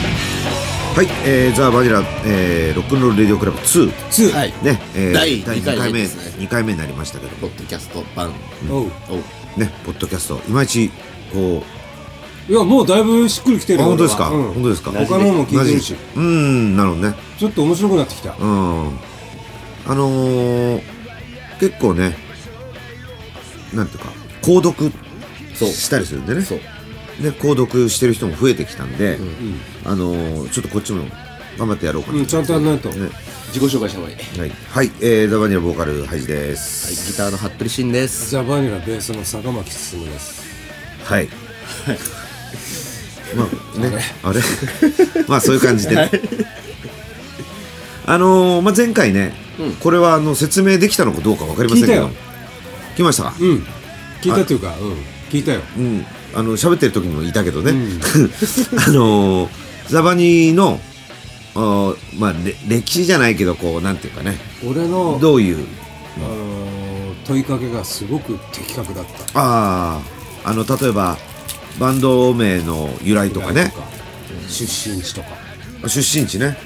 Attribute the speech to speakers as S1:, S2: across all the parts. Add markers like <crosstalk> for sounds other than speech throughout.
S1: はい、えー、ザ・バニラ、えー、ロックンロール・レディオ・クラブ2、
S2: 2
S3: はい
S1: ねえー
S3: 第
S1: 第
S3: 2
S1: 2回
S3: 回
S1: 目
S3: 目
S1: 二
S3: ですね
S1: 回目になりましたけど
S3: ポッドキャスト版
S2: おう
S3: おう
S1: ねポッドキャストいまいちこ
S2: いやもうだいぶしっくりきて
S1: う
S2: る
S1: あ
S2: よ
S1: 本当
S2: 俺
S1: で
S2: は
S1: すか、
S2: うん
S1: 本当ですか
S2: 他のも聞いてるし
S1: うーんなるほどね
S2: ちょっと面白くなってき
S1: う
S2: た
S1: んあのー、結構ねなんていうか購読
S3: そう
S1: したりするんでね
S3: そう
S1: で購読してる人も増えてきたんで、
S2: うん
S1: あのー、ちょっとこっちも頑張ってやろうかな、
S2: うんちゃんとやんないと
S1: ね
S3: 自己紹介した方がいいはい
S1: はい、はいえー、ザ・バニラボーカルハイジです
S3: ギターの服部慎です
S2: ザ・バニラベースの坂巻進です
S1: はい。まあね、あれまあそういう感じでね。あのーまあ、前回ね、
S3: うん
S1: これはあの説明できたのかどうか分かりませんけど
S2: 聞いたよ
S1: 来ましたか、
S2: うん聞いたというかうん聞いたよ
S1: うん、あの喋ってる時にもいたけど <laughs> ね、
S2: うん
S1: あのーザバニーのあー、まあ、れ歴史じゃないけどこうなんていうかね
S2: 俺の
S1: どういう
S2: あのー問いかけがすごく的確だった
S1: あああの例えばバンド名の由来とかね
S2: 出身地とか
S1: 出身地ね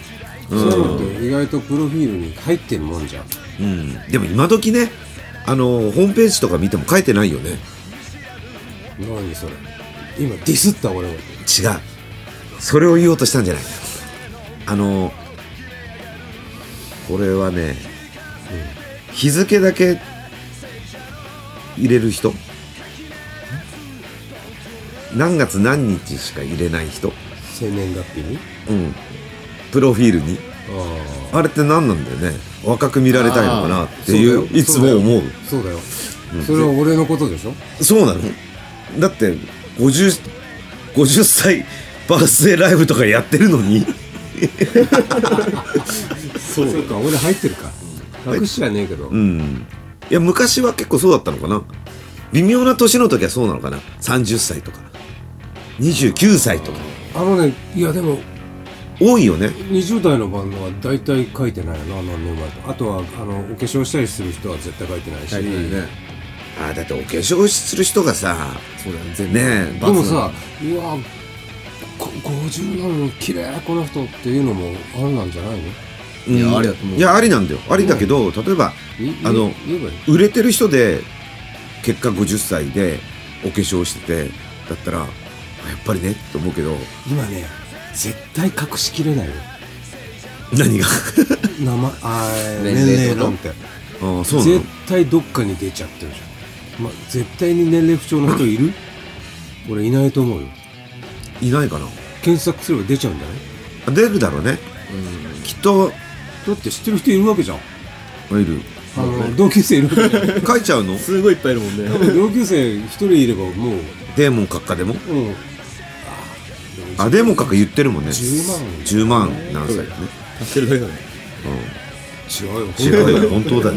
S2: そういうのって意外とプロフィールに入ってるもんじゃん
S1: うん、でも今時ねあのホームページとか見ても書いてないよね
S2: 何それ今ディスった俺を
S1: 違うそれを言おうとしたんじゃないあのこれはね、日付だけ入れる人何月何日しか入れない人、
S2: 生年月日に
S1: うん、プロフィールに
S2: あ
S1: あれって何なんだよね若く見られたいのかなってい
S2: あーそう
S1: う
S2: だよ
S1: いつも思う
S2: あそうだよそれは俺のことでしょ
S1: そうなのだって50 50歳バースデーライブとかやってるのに
S2: そうか俺入ってるか隠しはねえけど
S1: うんいや昔は結構そうだったのかな微妙な年の時はそうなのかな30歳とか29歳とか
S2: あのねいやでも
S1: 多いよね
S2: 20代のバンドは大体書いてないよな何年前かあとはあのお化粧したりする人は絶対書いてないし
S1: ああだってお化粧する人がさ
S3: そうだね全部
S1: ねえ
S2: でもさうわこ50なのに綺麗この人っていうのもあるなんじゃないの
S1: うん
S3: いやありだと思う
S1: いやありなんだよありだけど例えば
S2: い
S1: あの
S2: 言えばいい
S1: 売れてる人で結果50歳でお化粧しててだったらあやっぱりねって思うけど
S2: 今ね絶対隠しきれないよ
S1: 何が
S2: 名前あー
S3: 年齢
S2: 年齢
S3: と
S2: な
S3: か
S2: んて
S1: ああそうなの
S2: 絶対どっかに出ちゃってるじゃん、ま、絶対に年齢不調の人いる俺いないと思うよ
S1: いないかな
S2: 検索すれば出ちゃうんじゃない
S1: あ出るだろうねきっと
S2: だって知ってる人いるわけじゃん
S1: いる <laughs>
S2: あの同級生い <laughs> るわけじゃん
S1: 書いちゃうの
S3: すごいいっぱいいるもんね
S2: 多分同級生一人いればもう
S1: デーモン閣下でも
S2: うん
S1: あデーモン閣下言ってるもんね
S2: 10
S1: 10万何歳だね
S3: 足してるだけだね
S2: 違うよ
S1: 違うよ本当だ <laughs> よ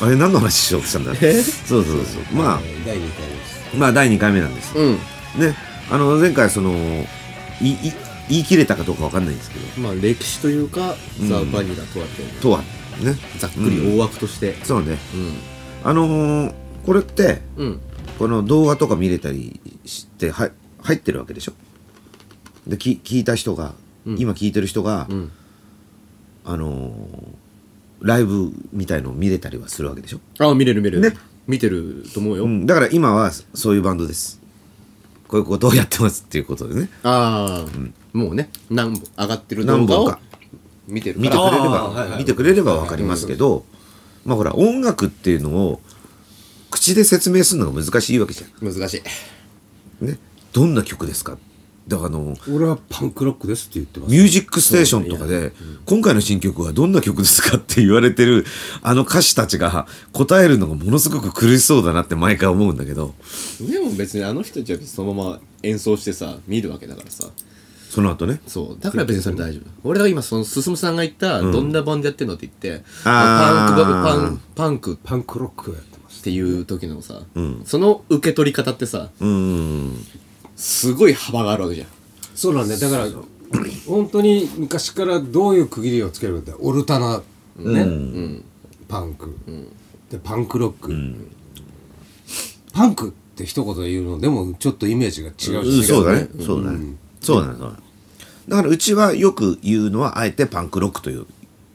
S1: あれ何の話しようとしたんだろうそうそうそうまあ
S2: 第2回です
S1: まあ第2回目なんです
S3: うん
S1: ねあの前回そのいい言い切れたかどうかわかんないんですけど
S3: まあ歴史というかザ・バニラとはっていう
S1: とはね
S3: ざっくり大枠として
S1: そうね
S3: うん
S1: あのーこれって
S3: うん
S1: この動画とか見れたりしては入ってるわけでしょでき聞いた人が、今聞いてる人が、
S3: ん
S1: あのーライブみたいのを見れたりはするわけでしょ、
S3: あ見れる見れる
S1: ね
S3: 見てると思うよ
S1: うん、だから今はそういうバンドですこういうことをやってますっていうことでね
S3: ああもうね何本上がってる動
S1: 何
S3: 画
S1: 本
S3: を
S1: か
S3: 見てる
S1: 見
S3: か
S1: てく
S3: ら
S1: れれ
S2: あーはい
S1: ば
S2: はい
S1: 見てくれれば分かりますけどまあほら音楽っていうのを口で説明するのが難しいわけじゃ
S3: 難しい
S1: んねどんな曲ですかだからあの
S2: 俺はパンクロックですって言ってます
S1: ミュージックステーションとかで、今回の新曲はどんな曲ですかって言われてる、あの歌手たちが答えるのがものすごく苦しそうだなって毎回思うんだけど、
S3: でも別にあの人たちはそのまま演奏してさ見るわけだからさ
S1: その後ね。
S3: そうだから別にそれ大丈夫俺が今その進さんが言ったどんなバンドやってんのって言って
S1: あ
S3: パン
S1: ー
S3: クバブパンパンクっ
S2: パンクロックをやってます
S3: ていう時のさその受け取り方ってさ
S1: うーん。
S3: すごい幅があるわけじゃん
S2: そうなんだよだから本当に昔からどういう区切りをつけるかってオルタナね、パンク、でパンクロック、パンクって一言で言うのでもちょっとイメージが違うし、
S1: そうだね。そうだね。そうだね。だからうちはよく言うのはあえてパンクロックという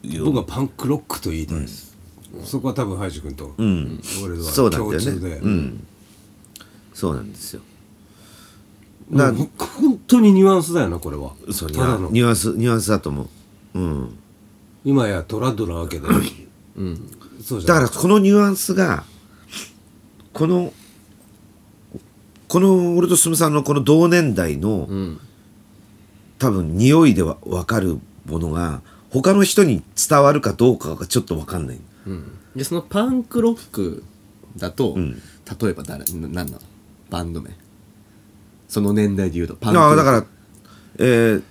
S1: いう
S2: 僕はパンクロックと言いたいです、そこは多分ハイジ君と、
S1: ん
S2: 俺と
S1: そ
S2: は
S1: うなん
S2: 共
S1: だよ
S2: 通で
S1: ねうんそうなんですよ
S2: な本当にニュアンスだよなこれは
S1: そうニ
S2: ただの
S1: ュアンスニュアンスだと思ううん
S2: 今やトラッドなわけで、そうじゃ
S1: だ
S2: な
S1: か
S2: い
S1: らこのニュアンスがこのこの俺とすむさんのこの同年代の、
S3: ん
S1: 多分匂いでは分かるものが他の人に伝わるかどうかがちょっと分かんない
S3: うんでそのパンクロックだと、例えば誰な何なのバンド名その年代で言うとパンクロッ
S1: あ
S3: ク
S1: だからえー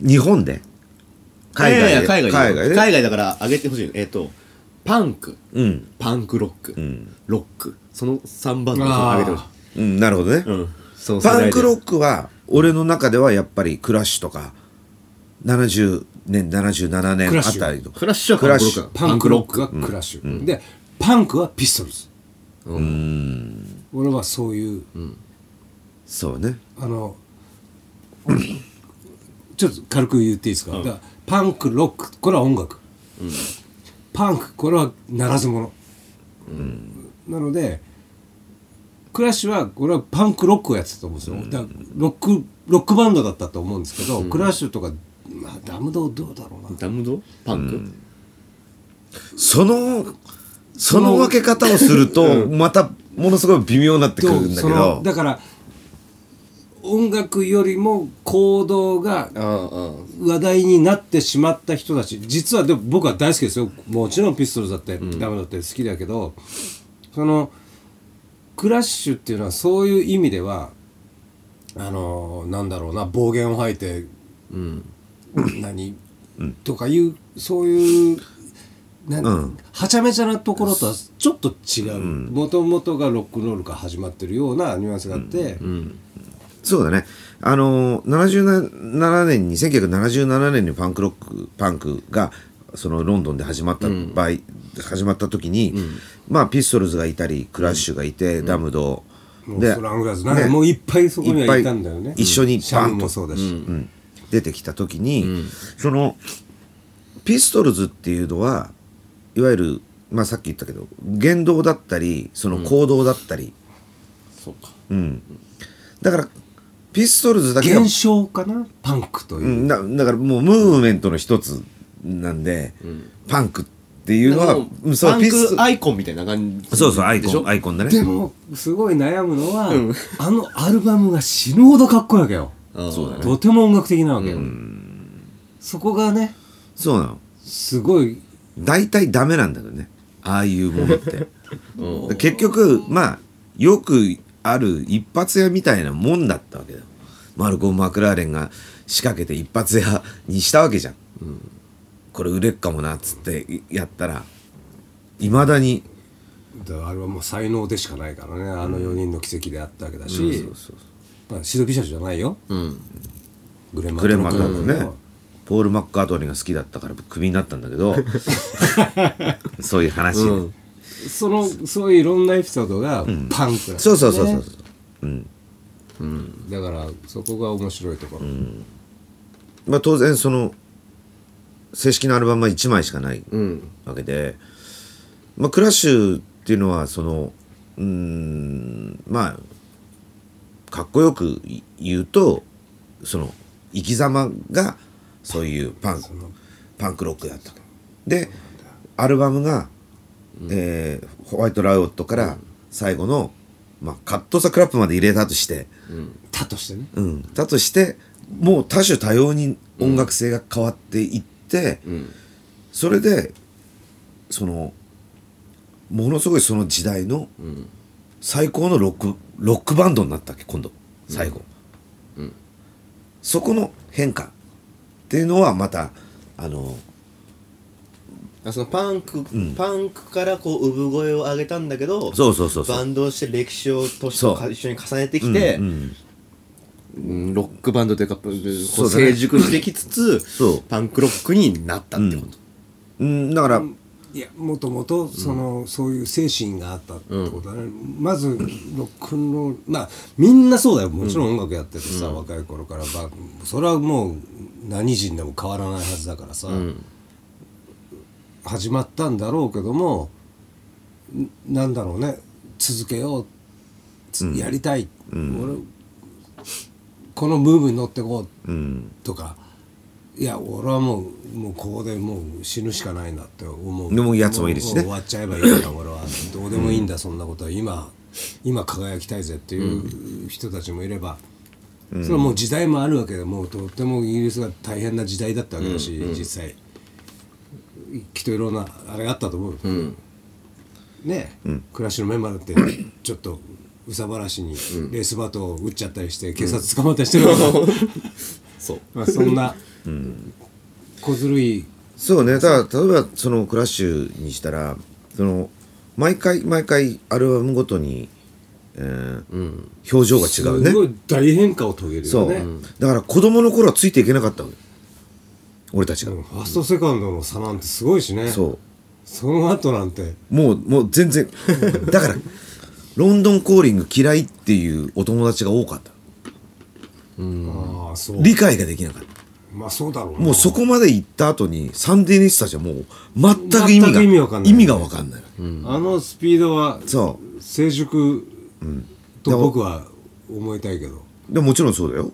S1: 日本で海
S3: いや
S1: 外
S3: い
S1: で
S3: や海外
S1: 海外
S3: で
S1: で
S3: 海外だから上げてほしいのえっ、とパンク
S1: うん、
S3: パンクロック、
S1: ん
S3: ロックその3番の
S2: あー
S3: 上げてほしい
S1: うん、なるほどね、
S3: うんその世代で
S1: パンクロックは俺の中ではやっぱりクラッシュとか70年77年
S2: クラッ
S1: あ
S2: シュ
S1: たりの
S3: クラッシュは
S1: ク
S3: パ
S1: ラッ
S3: ンクロッ
S1: シ
S3: ク
S1: ュ
S3: なの
S2: パンクロックがクラッシュ、でパンクはピストルズ俺はそういう、
S1: そうね
S2: あのちょっと軽く言っていいですか,、だからパンクロックこれは音楽、パンクこれはならず者、なのでクラッシュはこれはパンクロックをやってたと思うんですよ、だからロックロックバンドだったと思うんですけど、クラッシュとか、まあ、ダムドどうだろうな
S3: ダムドパンク、
S1: そのその分け方をするとまたものすごい微妙になってくるんだけ
S2: その
S1: ど
S2: だから音楽よりも行動が
S3: ああああ
S2: 話題になってしまった人たち実はでも僕は大好きですよもちろんピストルズだって、ダムだって好きだけどそのクラッシュっていうのはそういう意味ではあのなんだろうな暴言を吐いて、何、とかいうそういうなん
S1: うん
S2: はちゃめちゃなところとはちょっと違うもともとがロックンロールから始まってるようなニュアンスがあって、
S1: そうだねあの77年に1977年にパンクロックパンクがそのロンドンで始まった場合、始まった時に、まあピストルズがいたりクラッシュがいて、ダムド、
S2: もうスラングラズなんかもういっぱいそこにはいたんだよね
S1: いっぱい一緒に
S2: シャ
S1: バ
S2: ム
S1: ンと
S2: もそうだし、
S1: うん出てきた時に、そのピストルズっていうのはいわゆる、まあ、さっき言ったけど言動だったりその行動だったり、
S3: そうか
S1: だからピストルズだけが、
S2: 現象かなパンクというう、
S1: んなだからもうムーブメントの一つなんで、パンクっていうのは
S3: なんかも
S1: うん
S3: う
S1: そう
S3: パン
S1: ピス
S3: クアイコンみたいな感じ
S1: そうそうアイ
S3: でし
S1: コ
S3: ょ
S1: ンアイコンだね
S2: でもすごい悩むのは、あのアルバムが死ぬほどかっこいいわけよ
S3: うんそうだね
S2: とても音楽的なわけよ、そこがね
S1: そうなの
S2: すごい
S1: 大体ダメなんだよねああいうものって
S3: <laughs>
S1: 結局まあよくある一発屋みたいなもんだったわけだよマルコ・マクラーレンが仕掛けて一発屋にしたわけじゃん、これ売れっかもなっつってやったらいまだに
S2: だからあれはもう才能でしかないからねあの4人の奇跡であったわけだし、まあ、シド・ビシャスじゃないよ、グレンマ
S1: クレマだと
S2: だ
S1: ね
S2: よ
S1: ポール・マッカートニーが好きだったからクビになったんだけどそういう話、
S2: そのそういういろんなエピソードがパンクなんです
S1: そ
S2: ね
S1: うそうそうそうそう
S2: だからそこが面白いところ、
S1: まあ、当然その正式なアルバムは1枚しかないわけで、まあ、クラッシュっていうのはそのうーんまあかっこよく言うとその生き様がそういうパンパンクロックだったとでアルバムが、えーホワイト・ライオットから最後の、まあ、カット・ザ・クラップまで入れたとして。
S2: たとしてね
S1: うん、だとしてもう多種多様に音楽性が変わっていって、それでそのものすごいその時代の最高のロックロックバンドになったっけ今度最後、そこの変化っていうのはまたあの
S3: あそのパンク、パンクからこう産声を上げたんだけど
S1: そうそうそうそう
S3: バンドをして歴史をとして
S1: そう
S3: か一緒に重ねてきて、
S1: うん
S3: うんロックバンドというかこ
S1: う
S3: う
S1: だね
S3: 成熟してきつつ
S1: そう
S3: パンクロックになったってこと、
S1: うん、だから
S2: いやもともとその、そういう精神があったってことだね、まずロックンロールまあみんなそうだよもちろん音楽やっててさ、若い頃からばそれはもう何人でも変わらないはずだからさ、始まったんだろうけどもんなんだろうね続けようつやりたい、俺このムーブに乗ってこう
S1: うん
S2: とか、いや俺はもうもうここでもう死ぬしかないなって思う
S1: でもやつもいるしね
S2: う終わっちゃえばいいんだ俺はどうでもいいんだ、そんなことは今今輝きたいぜっていう人たちもいれば、それはもう時代もあるわけでもうとってもイギリスが大変な時代だったわけだし、実際きっといろんなあれがあったと思う、ねえ、暮らしのメンバーだ
S1: <coughs>
S2: ってちょっと憂さ晴らしにレースバートを撃っちゃったりして警察捕まったりしてるわけだ
S3: そう
S2: <laughs> まあ、そんな、小ずるい、
S1: そうねだから例えばそのクラッシュにしたらその毎回毎回アルバムごとに、えー表情が違うね
S2: すごい大変化を遂げる
S1: そ
S2: よ
S1: う、
S2: ね。
S1: だから子供の頃はついていけなかったのよ俺たちが、
S2: うんファーストセカンドの差なんてすごいしね。
S1: そう
S2: その後なんて、
S1: もうもう全
S2: <laughs>
S1: 然だからロンドンコーリング嫌いっていうお友達が多かった
S2: ああ、そう。
S1: 理解ができなかった
S2: まあそうだろうな
S1: もうそこまで行った後にサンデーネスタじゃもう全く意味が
S2: 全く意味わかんない
S1: 意味がわかんない、
S2: あのスピードは、
S1: そ
S2: 成熟と僕は思いたいけど。
S1: うでももちろんそうだよ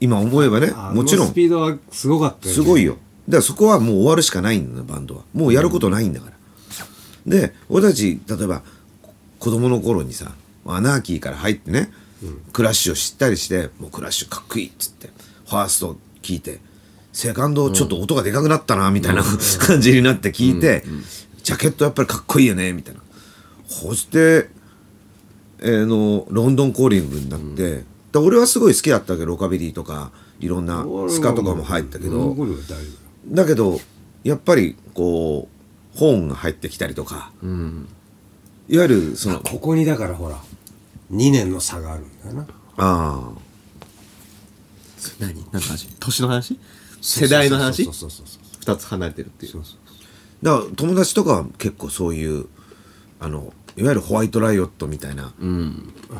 S1: 今思えばね
S2: あ
S1: もちろ
S2: あの
S1: ん
S2: スピードはすごかったよ、ね。
S1: すごい
S2: よ。
S1: よだからそこはもう終わるしかないんだよバンドはもうやることないんだから、で俺たち例えばこ子供の頃にさアナーキーから入ってね、クラッシュを知ったりしてもうクラッシュかっこいいっつってファースト聞いてセカンドちょっと音がでかくなったなみたいな、感じになって聞いて、ジャケットやっぱりかっこいいよねみたいなそしてえーのロンドンコーリングになって、だから俺はすごい好きだったけどロカビリーとかいろんなスカとかも入ったけど、
S2: 残るよ大丈夫
S1: だけどやっぱりこうホーンが入ってきたりとか、いわゆるその
S2: ここにだからほら、2年の差があるんだよな。
S1: ああ
S3: 何何の話年の話世代の話
S2: そうそうそうそうそう。
S3: 二つ離れてるっていう
S1: だから友達とかは結構そういうあのいわゆるホワイトライオットみたいな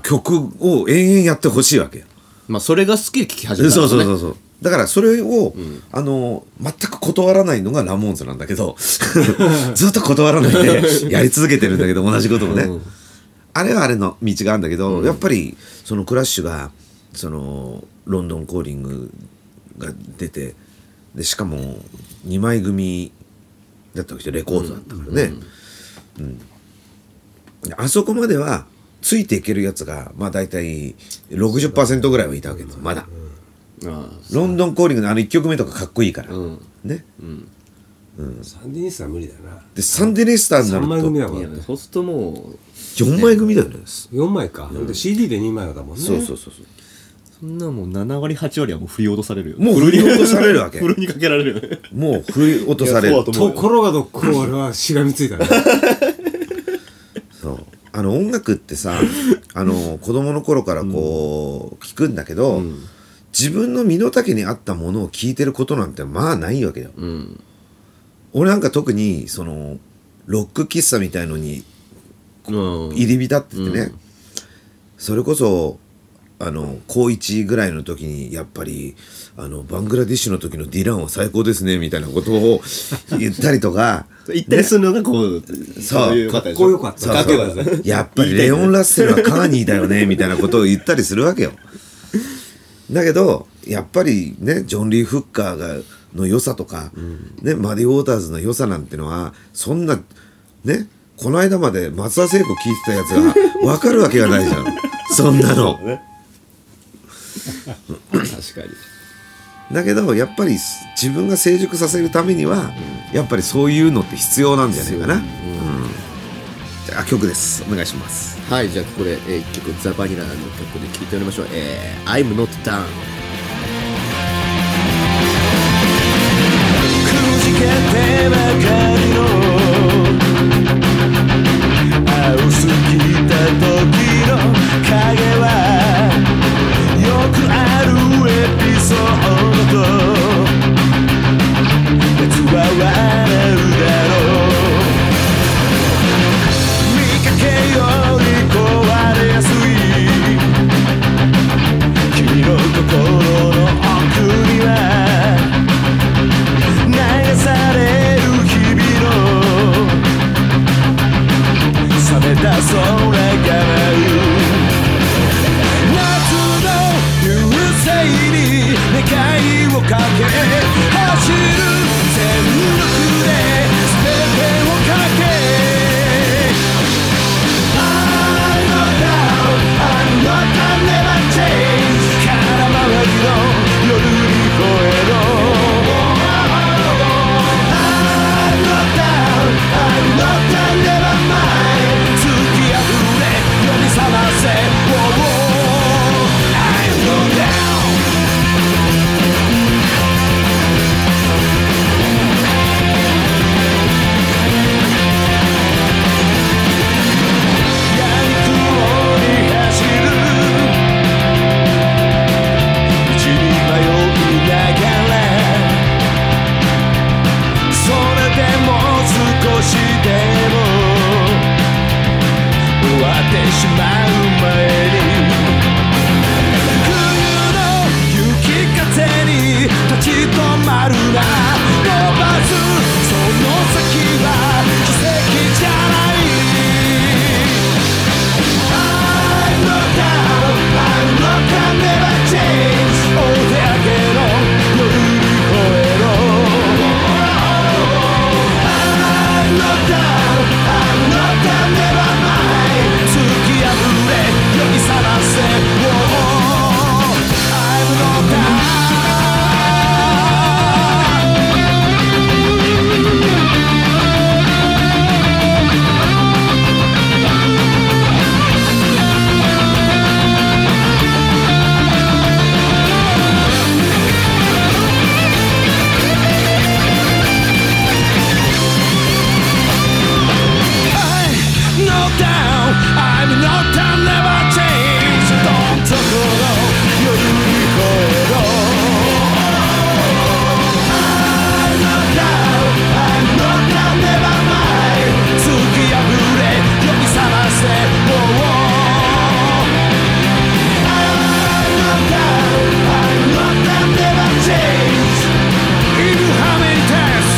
S1: 曲を延々やってほしいわけよ、
S3: まあそれが好きで聞き始
S1: そう
S3: めたん
S1: そ
S3: だ
S1: う
S3: ね
S1: そうそうだからそれを、あの全く断らないのがラモーンズなんだけど <laughs> ずっと断らない
S3: <laughs>
S1: でやり続けてるんだけど同じこともね、あれはあれの道があるんだけど、やっぱりそのクラッシュがそのロンドンコーリングが出てでしかも2枚組だったわけでレコードだったからね、うんあそこまではついていけるやつがまあ大体60%ぐらいはいたわけですまだ。
S3: あ
S1: ロンドンコーリングのあの1曲目とかかっこいいから、ね
S2: サンディニスタは無理だな。
S1: でサンデーネスターにな
S2: 3枚組だ
S1: ると
S2: も
S3: あ
S2: ん
S3: い
S2: だ
S3: や
S2: って。
S3: そうするともう
S1: 4枚組だよね
S2: 4枚か、で CD で2枚だもんね
S1: そうそうそうそう
S3: そんなもう7割8割はもう振り落とされるよ
S1: もう振り落とされるわけ
S3: 振りにかけられるよね
S1: もう振り落とされ
S3: い
S1: る
S3: やそうだと思
S2: ところがどっこ俺はしがみついたね
S1: そうあの音楽ってさあの子供の頃からこう聞くんだけど、自分の身の丈に合ったものを聞いてることなんてまあないわけよ、
S3: ん
S1: 俺なんか特にそのロック喫茶みたいのに
S3: うん
S1: 入り浸っててね、それこそあの高1ぐらいの時にやっぱりあのバングラディッシュの時のディランは最高ですねみたいなことを言ったりと
S3: <laughs>
S1: か
S3: 言ったりするのがこうそういう方でしょ
S2: かっこよかった
S1: そう
S3: かっこよかった
S1: そうやっぱりレオン・ラッセルはカーニーだよねみたいなことを言ったりするわけよだけどやっぱりねジョン・リー・フッカーがの良さとか、ね、マディ・ウォーターズの良さなんてのはそんなねこの間まで松田聖子聞いてたやつが分かるわけがないじゃんそんなの。
S3: 確かに
S1: だけどやっぱり自分が成熟させるためには、やっぱりそういうのって必要なんじゃないかな、うんじゃあ曲ですお願いします
S3: はいじゃあこれ、えー、一曲ザ・バニラの曲で聴いておりましょうえー「I'm not down」
S4: くじけてばかりの青すぎた時の影はよくあるエピソードと別は笑うだろうしまう前に冬の雪風に立ち止まるな伸ばすその先は奇跡じゃない I look out, I look I never change お手上げの夜に越えろ I look down, I look down, never mind 突き破れ呼び覚ませ Oh, I'm not down 「I'm not down, I'm not down, never change」「どん底の夜に越えろ」「I'm not down, Ah, I'm not down, never mind」「突き破れ呼び覚ませ」「I'm not down, Ah, I'm not down, never change」「even how many times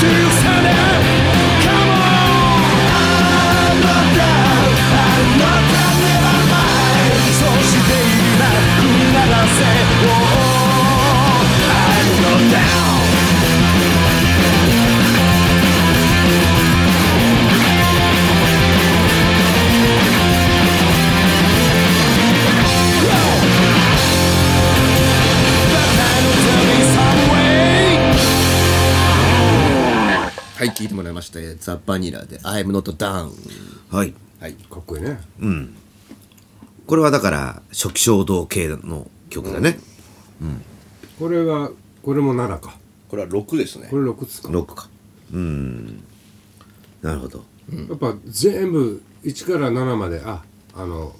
S4: do you stand up? Come on!」I'm not down, I'm not down, never mind そして今踏んだらせ Oh, I'm not down
S3: はい、聞いてもらいました。ザ・バニラで I'm not down。
S1: はい
S3: はい。
S2: かっこいいね
S1: これはだから初期衝動系の曲だね、
S2: これはこれも7か
S3: これは6ですね
S2: こ。れ6つか
S1: ロックかうんなるほど
S2: やっぱ全部1から7までああの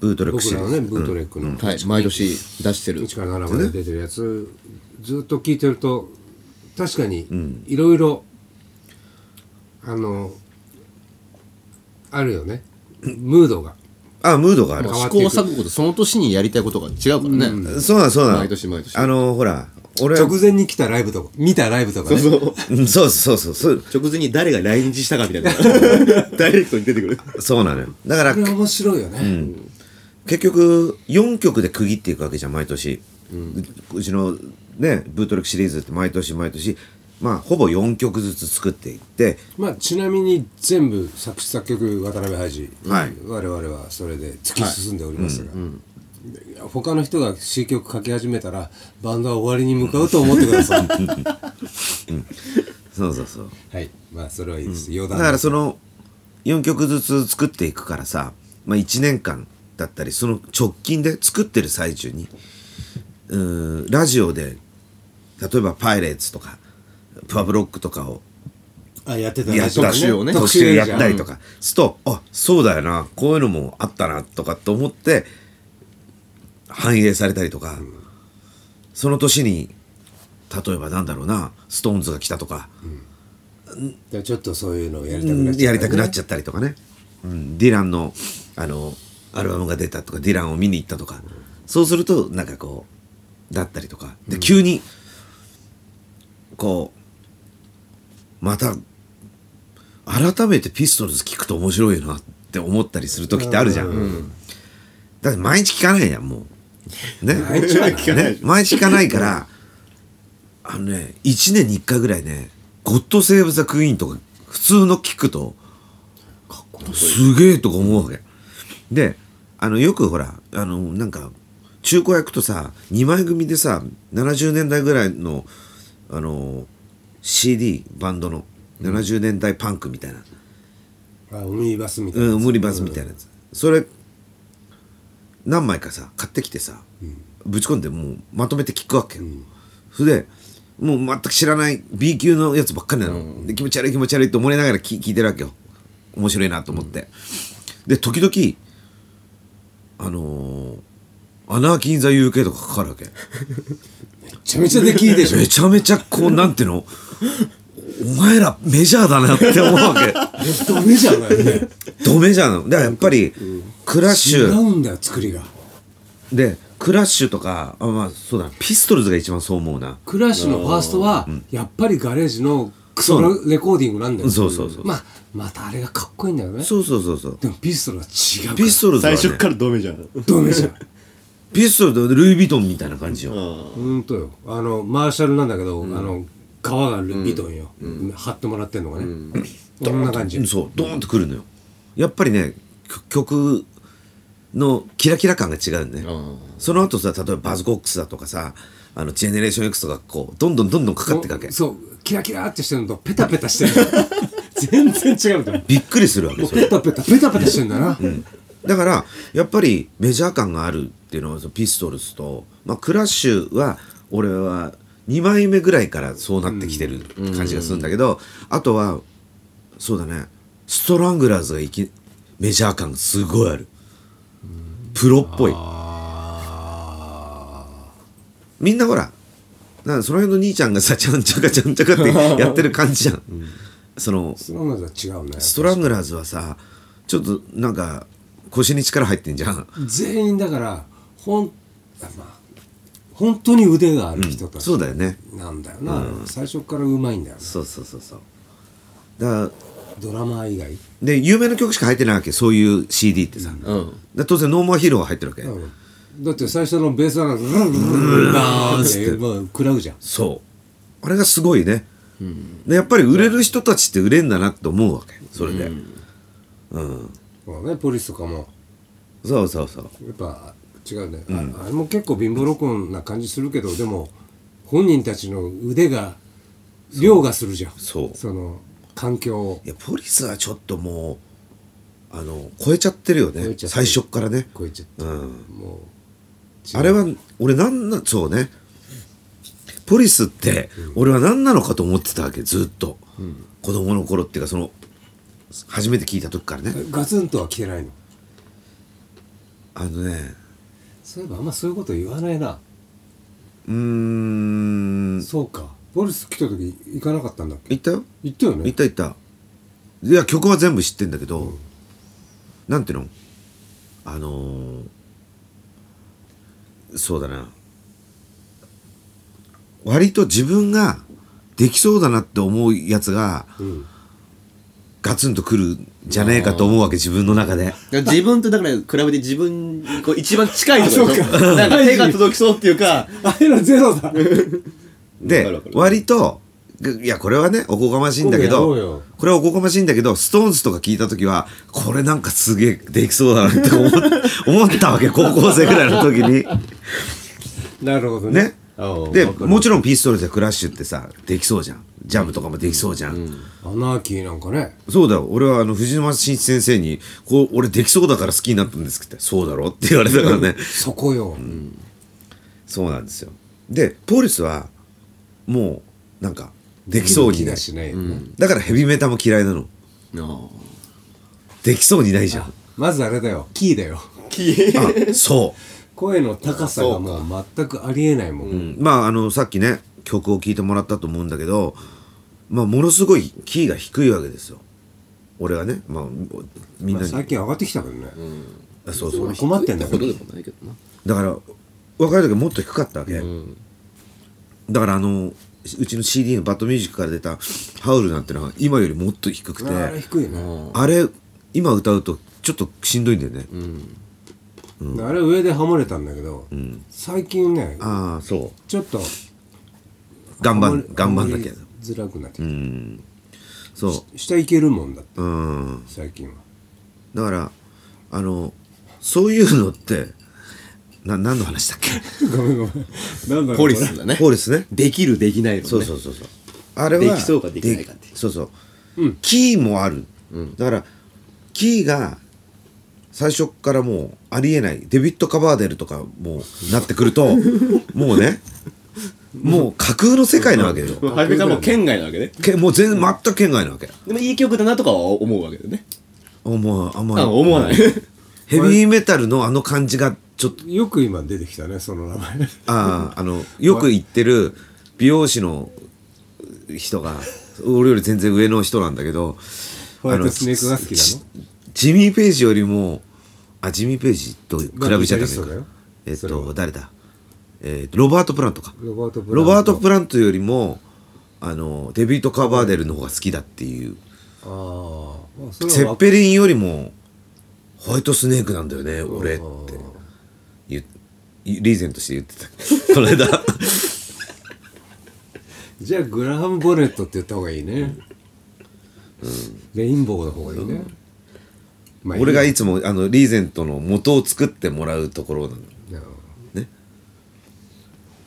S1: ブートレック
S2: 僕
S1: シリ
S2: ら
S1: ー
S2: の
S1: ズ
S2: ねブートレックの
S3: はい、毎年出してる
S2: 1。から7まで出てるやつずっと聞いてると確かにいろいろあのあるよねムードが
S1: あムードがある
S3: まあ試行錯誤とその年にやりたいことが違うからね。
S1: そうなのそうなの
S3: 毎年毎年
S1: あのほら俺
S2: 直前に来たライブとか見たライブとかね
S1: うん <laughs> そうそうそうそう
S3: 直前に誰が来日 <laughs> したかみたい
S1: <laughs>
S3: な。ダイレクトに出てくる。
S1: そうなのよだから
S2: これ面白いよね、
S1: 結局4曲で区切っていくわけじゃん毎年、ううちのねブートレックシリーズって毎年毎年まあほぼ4曲ずつ作っていって
S2: まあちなみに全部作詞作曲渡辺ハイジ、
S1: はい
S2: 我々はそれで突き進んでおりますが、いや他の人が詞曲書き始めたらバンドは終わりに向かうと思ってくださ
S1: <laughs>
S2: い
S1: そうそうそう
S2: はいまあそれはいいです、余
S1: だ
S2: 談
S1: からその4曲ずつ作っていくからさ、まあ、1年間だったりその直近で作ってる最中にうーんラジオで例えば「パイレーツ」とか「プアブロック」とかを
S2: あやってた
S1: やった
S2: ね
S1: 特集
S3: をね
S1: 特集やったりと
S2: か
S1: かするとあそうだよなこういうのもあったなとかと思って反映されたりとか、その年に例えばなんだろうなストーンズが来たとか、
S2: ちょっとそういうのをやりたく
S1: う
S2: なっ
S1: ん
S2: ちゃ
S1: や
S2: う
S1: りたくなっちゃったりとかね、うん、ディランのあのアルバムが出たとかディランを見に行ったとかそうするとなんかこうだったりとかで急にこうまた改めてピストルズ聞くと面白いよなって思ったりする時ってあるじゃん、だって毎日聞かないやんもうね <laughs> 毎日聞かない、ね、毎日聞かないからあのね1年に1回ぐらいね「ゴッド・セーブ・ザ・クイーン」とか普通の聞くとすげえとか思うわけであのよくほらあのなんか中古屋行くとさ2枚組でさ70年代ぐらいのあの CD バンドの70年代パンクみたいな、
S2: あオムニバスみたいな
S1: うん、無理バスみたいなやつ、それ何枚かさ買ってきてさ、ぶち込んでもうまとめて聞くわけよ、それでもう全く知らない B 級のやつばっかりなの、で気持ち悪い気持ち悪いって思いながら聞聞いてるわけよ面白いなと思って、で時々あのーアナーキー・イン・ザ・ UK とかかかるわけ
S2: めちゃめちゃできいいでしょ
S1: めちゃめちゃこうなんていうのお前らメジャーだなって思うわけ
S2: ダメじゃないね
S1: ドメジャーなのだからやっぱり、クラッシ
S2: 違
S1: ュ
S2: うんだよ作りが
S1: でクラッシュとかあまあそうだピストルズが一番そう思うな
S2: クラッシュのファーストはやっぱりガレージのクソ
S1: そ
S2: レコーディングなんだよ
S1: そうそうそう
S2: まあまたあれがかっこいいんだよね
S1: そうそうそうそう
S2: でもピストルは違うから
S1: ピストルズは、
S3: 最
S1: ね、
S3: 初からドメじゃん
S2: ダメじゃん
S1: ピストルズルイ・ヴィトンみたいな感じよ、
S2: ほんとよあのマーシャルなんだけど、あの革がルビトンよ、貼ってもらってんのがね、こんな感じ
S1: そうドーンとくるのよやっぱりねきょ曲のキラキラ感が違うねその後さ例えばバズ・コックスだとかさあのジェネレーション X とかこうどんどんどんどんかかってくわけ
S2: そうキラキラってしてるのとペタペタしてるの <laughs> 全然違うんだよ
S1: びっくりするわけそ
S2: ペ
S1: れ
S2: タペタペタペタしてんだな、
S1: だからやっぱりメジャー感があるっていうのはそのピストルズと、まあ、クラッシュは俺は2枚目ぐらいからそうなってきてる感じがするんだけど、あとはそうだねストラングラーズがいきメジャー感がすごいあるプロっぽいみんなほらなんかその辺の兄ちゃんがさちゃんちゃかちゃんちゃかってやってる感じじゃん、その
S2: そんなのは違うね
S1: ストラングラーズはさちょっとなんか腰に力入ってんじゃん
S2: 全員だからほんあまあ本当に腕がある人たち
S1: そうだよね
S2: なんだよな、最初からうまいんだよな
S1: そうそうそうそうだから
S2: ドラマー以外
S1: で有名な曲しか入ってないわけそういう CD ってさ、だか
S3: うん
S1: ら当然「ノーマーヒーロー」が入ってるわけ、
S2: だって最初のベースなんかルルルルバーン <laughs> ってまあ食らうじゃん
S1: そうあれがすごいね、でやっぱり売れる人たちって売れんだなと思うわけそれで、
S2: まあねポリスとかも
S1: そうそうそう
S2: やっぱ違うね、ああれも結構貧乏録音な感じするけどでも本人たちの腕が凌駕するじゃん
S1: そう
S2: その環境を
S1: いやポリスはちょっともうあの超えちゃってるよ
S2: 超
S1: ね
S2: えちゃってる
S1: 最初っからね
S2: 超えちゃって、も
S1: あれは俺なんなそうねポリスって俺は何なのかと思ってたわけずっと、子供の頃っていうかその初めて聞いた時からね
S2: うガツンとは来てないの
S1: あのね
S2: そういえばあんまそういうこと言わないな、
S1: うーん
S2: そうかポリス来た時行かなかったんだっけ
S1: 行ったよ
S2: 行ったよね
S1: 行った行ったいや曲は全部知ってんだけど、なんていうのあのーそうだな割と自分ができそうだなって思うやつが、
S2: ん
S1: ガツンとくるんじゃねえかと思うわけ自分の中で
S3: だから自分とだから比べて自分にこう一番近いところでしょ
S2: あそうか
S3: なんか手が届きそうっていうか
S2: あれらゼロだ
S3: わかるわ
S1: で
S3: かる
S1: 割といやこれはねおこがましいんだけ
S2: 今度やろ
S1: ど
S2: うよ
S1: これはおこがましいんだけどストーンズとか聞いた時はこれなんかすげえできそうだなって
S3: <laughs>
S1: 思っ思ったわけ高校生ぐらいの時に
S2: なるほどね
S1: ね
S3: ああ
S1: で
S3: わかる
S1: もちろんピストルズやクラッシュってさできそうじゃんジャムとかもできそうじゃん、
S2: アナーキーなんかね
S1: そうだよ俺はあの藤沼新一先生にこう俺できそうだから好きになったんですってそうだろって言われたからね
S2: そこよ、
S1: そうなんですよでポリスはもうなんかできそうに
S2: 気
S1: な
S2: が
S1: い
S2: しない、
S1: だからヘビメタも嫌いなの
S3: あ
S1: できそうにないじゃん。
S2: まずあれだよキーだよ
S3: あ消え
S1: あそ
S2: 声の高さがもう全くありえないもん、
S1: う。まああのさっきね曲を聴いてもらったと思うんだけど、まあものすごいキーが低いわけですよ。俺はね、まあみん
S2: まあ
S1: なに、
S2: 最近上がってきたけどね、
S1: あそうそう。
S2: 困ってんだ
S3: こ
S2: け
S3: と
S2: ど
S3: でもないけどな
S1: だから若い時はもっと低かったわけ。だからあのうちの CD のバッドミュージックから出たハウルなんてのは今よりもっと低くて、
S2: あれ低いね、
S1: あれ今歌うとちょっとしんどいんだよね。
S2: あれ上でハモれたんだけど、最近ね
S1: ああそう。
S2: ちょっと
S1: 頑
S2: ハ
S1: 張
S2: モ
S1: ん頑張んだけ
S2: ハ
S1: ど。
S2: モりづらくなってきた、
S1: そ
S2: 下いけるもんだって
S1: う。うん。
S2: 最近は
S1: だからあのそういうのってな何の話だっけ
S2: ごめんごめんなんだろう
S3: ポリスだね
S1: ポリスね
S3: できるできないのね
S1: そうそうそうそうあれは
S3: できそうかできないかっていう
S1: そうそう、キーもある、だからキーが最初からもうありえないデビッド・カバーデルとかもうなってくると
S3: <laughs>
S1: もうねもう架空の世界なわけよ
S3: もう初めからもう県外なわけね
S1: けもう全然全く圏外なわけ
S3: でもいい曲だなとかは思うわけだよね
S1: 思うあんまり
S3: あ思わない
S1: ヘビーメタルのあの感じがちょっと
S2: よく今出てきたねその <laughs> 名前
S1: あああのよく行ってる美容師の人が俺より全然上の人なんだけど
S2: ホワイトスネークが好きなの
S1: あのジジミー・ペイジよりもあジミー・ペイジと比べちゃダメ
S2: まあギタリスト
S1: か
S2: だよ
S1: えっ
S2: それは
S1: と誰だえっとロバート・プラントか
S2: ロバート・
S1: ロバート・プラントよりもあのデビート・カバーデルの方が好きだっていう
S2: あー、まあそれは
S1: セッペリンよりもホワイトスネークなんだよね俺って言うリーゼントして言って
S2: <laughs>
S1: たこの間
S2: じゃあグラハム・ボネットって言った方がいいね、レインボーの方がいいね、まあ
S1: 俺が
S2: いい
S1: いつもあのリーゼントの元を作ってもらうところなの
S2: や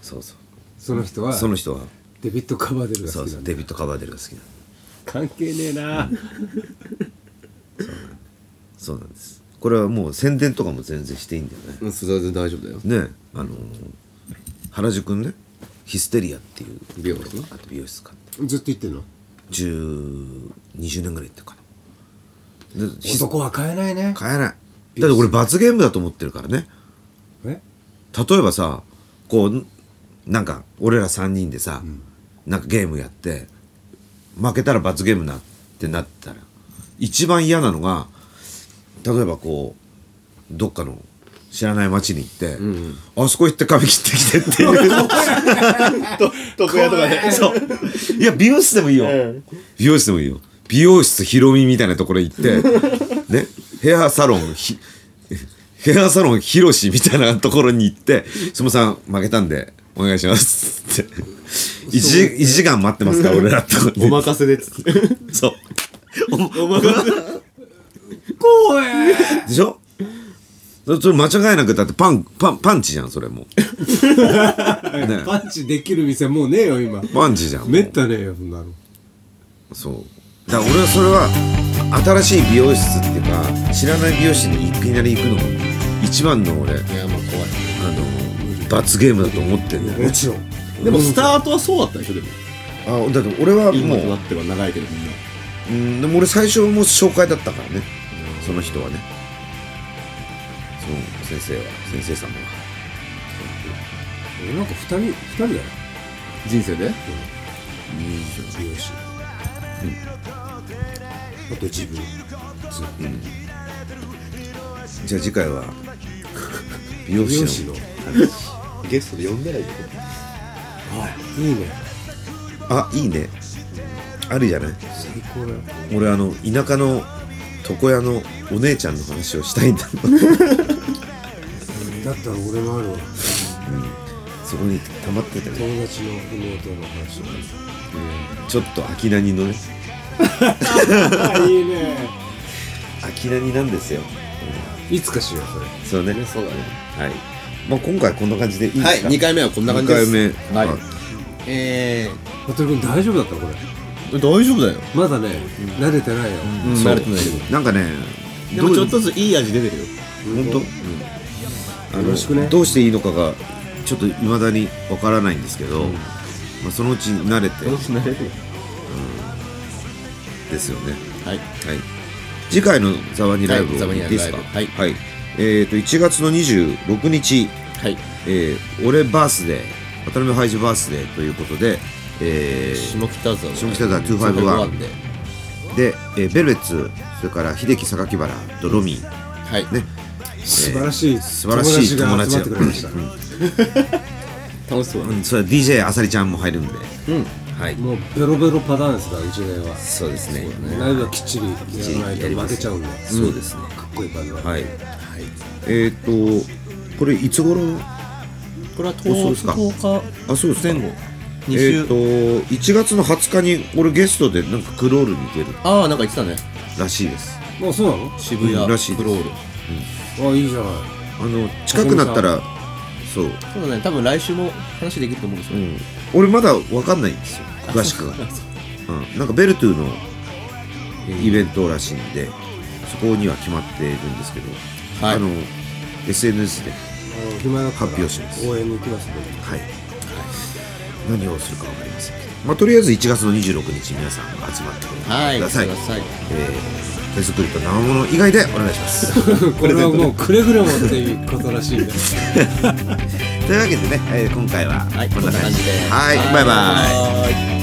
S1: そうそう
S2: その人は
S1: その人は
S2: デビット・カバーデルが
S1: そ
S2: 好
S1: うそ
S2: きな
S1: うん
S2: だ
S1: デビッド・カバーデルが好きなの
S2: 関係ねえな
S1: そうなんですこれはもう宣伝とかも全然していいんだよね
S3: うん、全然大丈夫だよ
S1: ねあのー原宿ねヒステリアっていう
S3: 美容室ね
S1: あと美容室か
S2: ずっと言ってんの
S1: 1020年ぐらい行ってるかなでひ
S2: 男は買えないね
S1: 買えないだって俺罰ゲームだと思ってるからね
S2: え
S1: 例えばさこうなんか俺ら3人でさ、なんかゲームやって負けたら罰ゲームなってなったら一番嫌なのが例えばこうどっかの知らない町に行って、あそこ行って髪切ってきてっていう
S3: 床屋とか
S1: <laughs>
S3: ね
S1: そういや美容室でもいいよ、美容室でもいいよ美容室ひろみみたいなところ行ってねヘアサロンひヘアサロンひろしみたいなところに行って「すもさん負けたんでお願いします」って 1, 時間待ってますから俺らってこと
S3: お
S1: で
S3: 任せでっつって
S1: そう
S3: お任せ
S2: 怖え
S1: でしょそれそれ間違いなくだってパンパンパンチじゃんそれもうね
S2: <laughs> パンチできる店もうねえよ今
S1: パンチじゃんもう
S2: めったねえよそんなの
S1: そうだから俺はそれは新しい美容室っていうか知らない美容室にいきなり行くのが一番の俺あ
S3: いやまあ怖い
S1: の罰ゲームだと思ってんだよね
S2: もちろん
S3: でもスタートはそうだったでしょでも
S1: あだって俺はも
S3: 今
S1: う
S3: となっては長いけどみんな
S1: うんでも俺最初も紹介だったからねその人はねそう先生は先生様は
S2: 俺なんか二人二人だよ
S3: 人生で
S2: 美容師あと自分
S1: じゃあ次回は美容
S2: 美容
S1: 師
S2: 師
S1: の
S2: のい
S3: ゲストで呼んでないけ
S2: いね
S1: あいいねありじゃない
S2: 最高だよ
S1: 俺あの田舎の床屋のお姉ちゃんの話をしたいんだ
S2: だ
S3: <laughs>
S2: ったら俺もあるわ
S1: そこに溜まってたね
S2: 友達の妹の話
S1: ちょっと飽きなにのね
S2: あいいね
S1: 飽きなになんですよ
S2: いつかしようそ
S1: そ
S2: れ
S1: うね
S3: どそうだね
S1: はい、まあ、今回こんな感じでいいですか
S3: はい2回目はこんな感じです
S1: 二回目
S3: はい
S1: はい
S3: え
S2: ホテル君大丈夫だったこれ
S3: ー、大丈夫だよ
S2: まだね慣れてないよ
S3: 慣れてないけど
S1: なんかね
S3: でもち
S1: ど
S3: ょ
S1: う
S3: っとずついい味出てるよ
S1: 本当、あの
S2: よろしくね
S1: どうしていいのかがちょっといまだにわからないんですけど、まあ、そのうち慣れて
S3: 慣れてる
S1: ですよね
S3: はい
S1: はい次回の「ザワニライブ」
S3: はいザワニ
S1: い
S3: ラ
S1: い
S3: イブ
S1: ですか
S3: はい
S1: はい、えっ、と1月の26日
S3: はい
S1: えー俺バースデー渡辺ハイジバースデーということで、えー
S3: 下北沢
S1: 下北沢251
S3: で
S1: で、えーベルベッツそれから秀樹榊原とロミー
S3: はい
S1: ね
S2: 素晴らしい
S1: 素晴らしい友
S2: 友達が集
S1: 達
S2: まってくれました
S3: 楽しそうだ
S1: う
S3: ね
S1: ん、それ DJ あさりちゃんも入るんで、
S3: うん
S1: はい
S2: もうベロベロパダンスだうちでは
S1: そうですね
S2: ライブはきっちりやらない
S1: やり
S2: と
S1: ま
S2: 負
S1: す
S2: けちゃうんで
S1: そうですね
S2: かっこいいバンドだ
S1: はい、えっ、とこれいつ頃
S3: これは10
S1: おそうですか
S3: 日
S1: あそうですか
S3: 前後
S1: えっ
S3: 2、週、
S1: と1月の20日に俺ゲストでなんかクロールに出る
S3: ああなんか言ってたね
S1: らしいです
S2: もうそうなの
S3: 渋谷
S1: うんらしいです
S3: クロール
S2: あいいじゃない
S1: あの近くなったらそう
S3: そうだね多分来週も話できると思うんですよ、
S1: うん、俺まだ分かんないんですよ詳しくは、うん、なんかベルトゥーのイベントらしいんでそこには決まっているんですけど、
S3: はい
S1: あの SNS で、
S2: あの暇だったら
S1: 発表します
S2: 応援に行
S1: <laughs>
S2: きますね
S1: はい何をするか分かりません、まあ、とりあえず1月の26日皆さん集まってく
S3: はい
S1: ださい,、
S3: 来てください
S1: えー手作りと生もの以外でお願いします <laughs>
S2: これはもうくれぐれもっていうことらしいんで
S1: というわけでね、えー今回は
S3: はい
S1: こんな感じで,、
S3: こんな感じで
S1: はいバイバイ
S3: はーい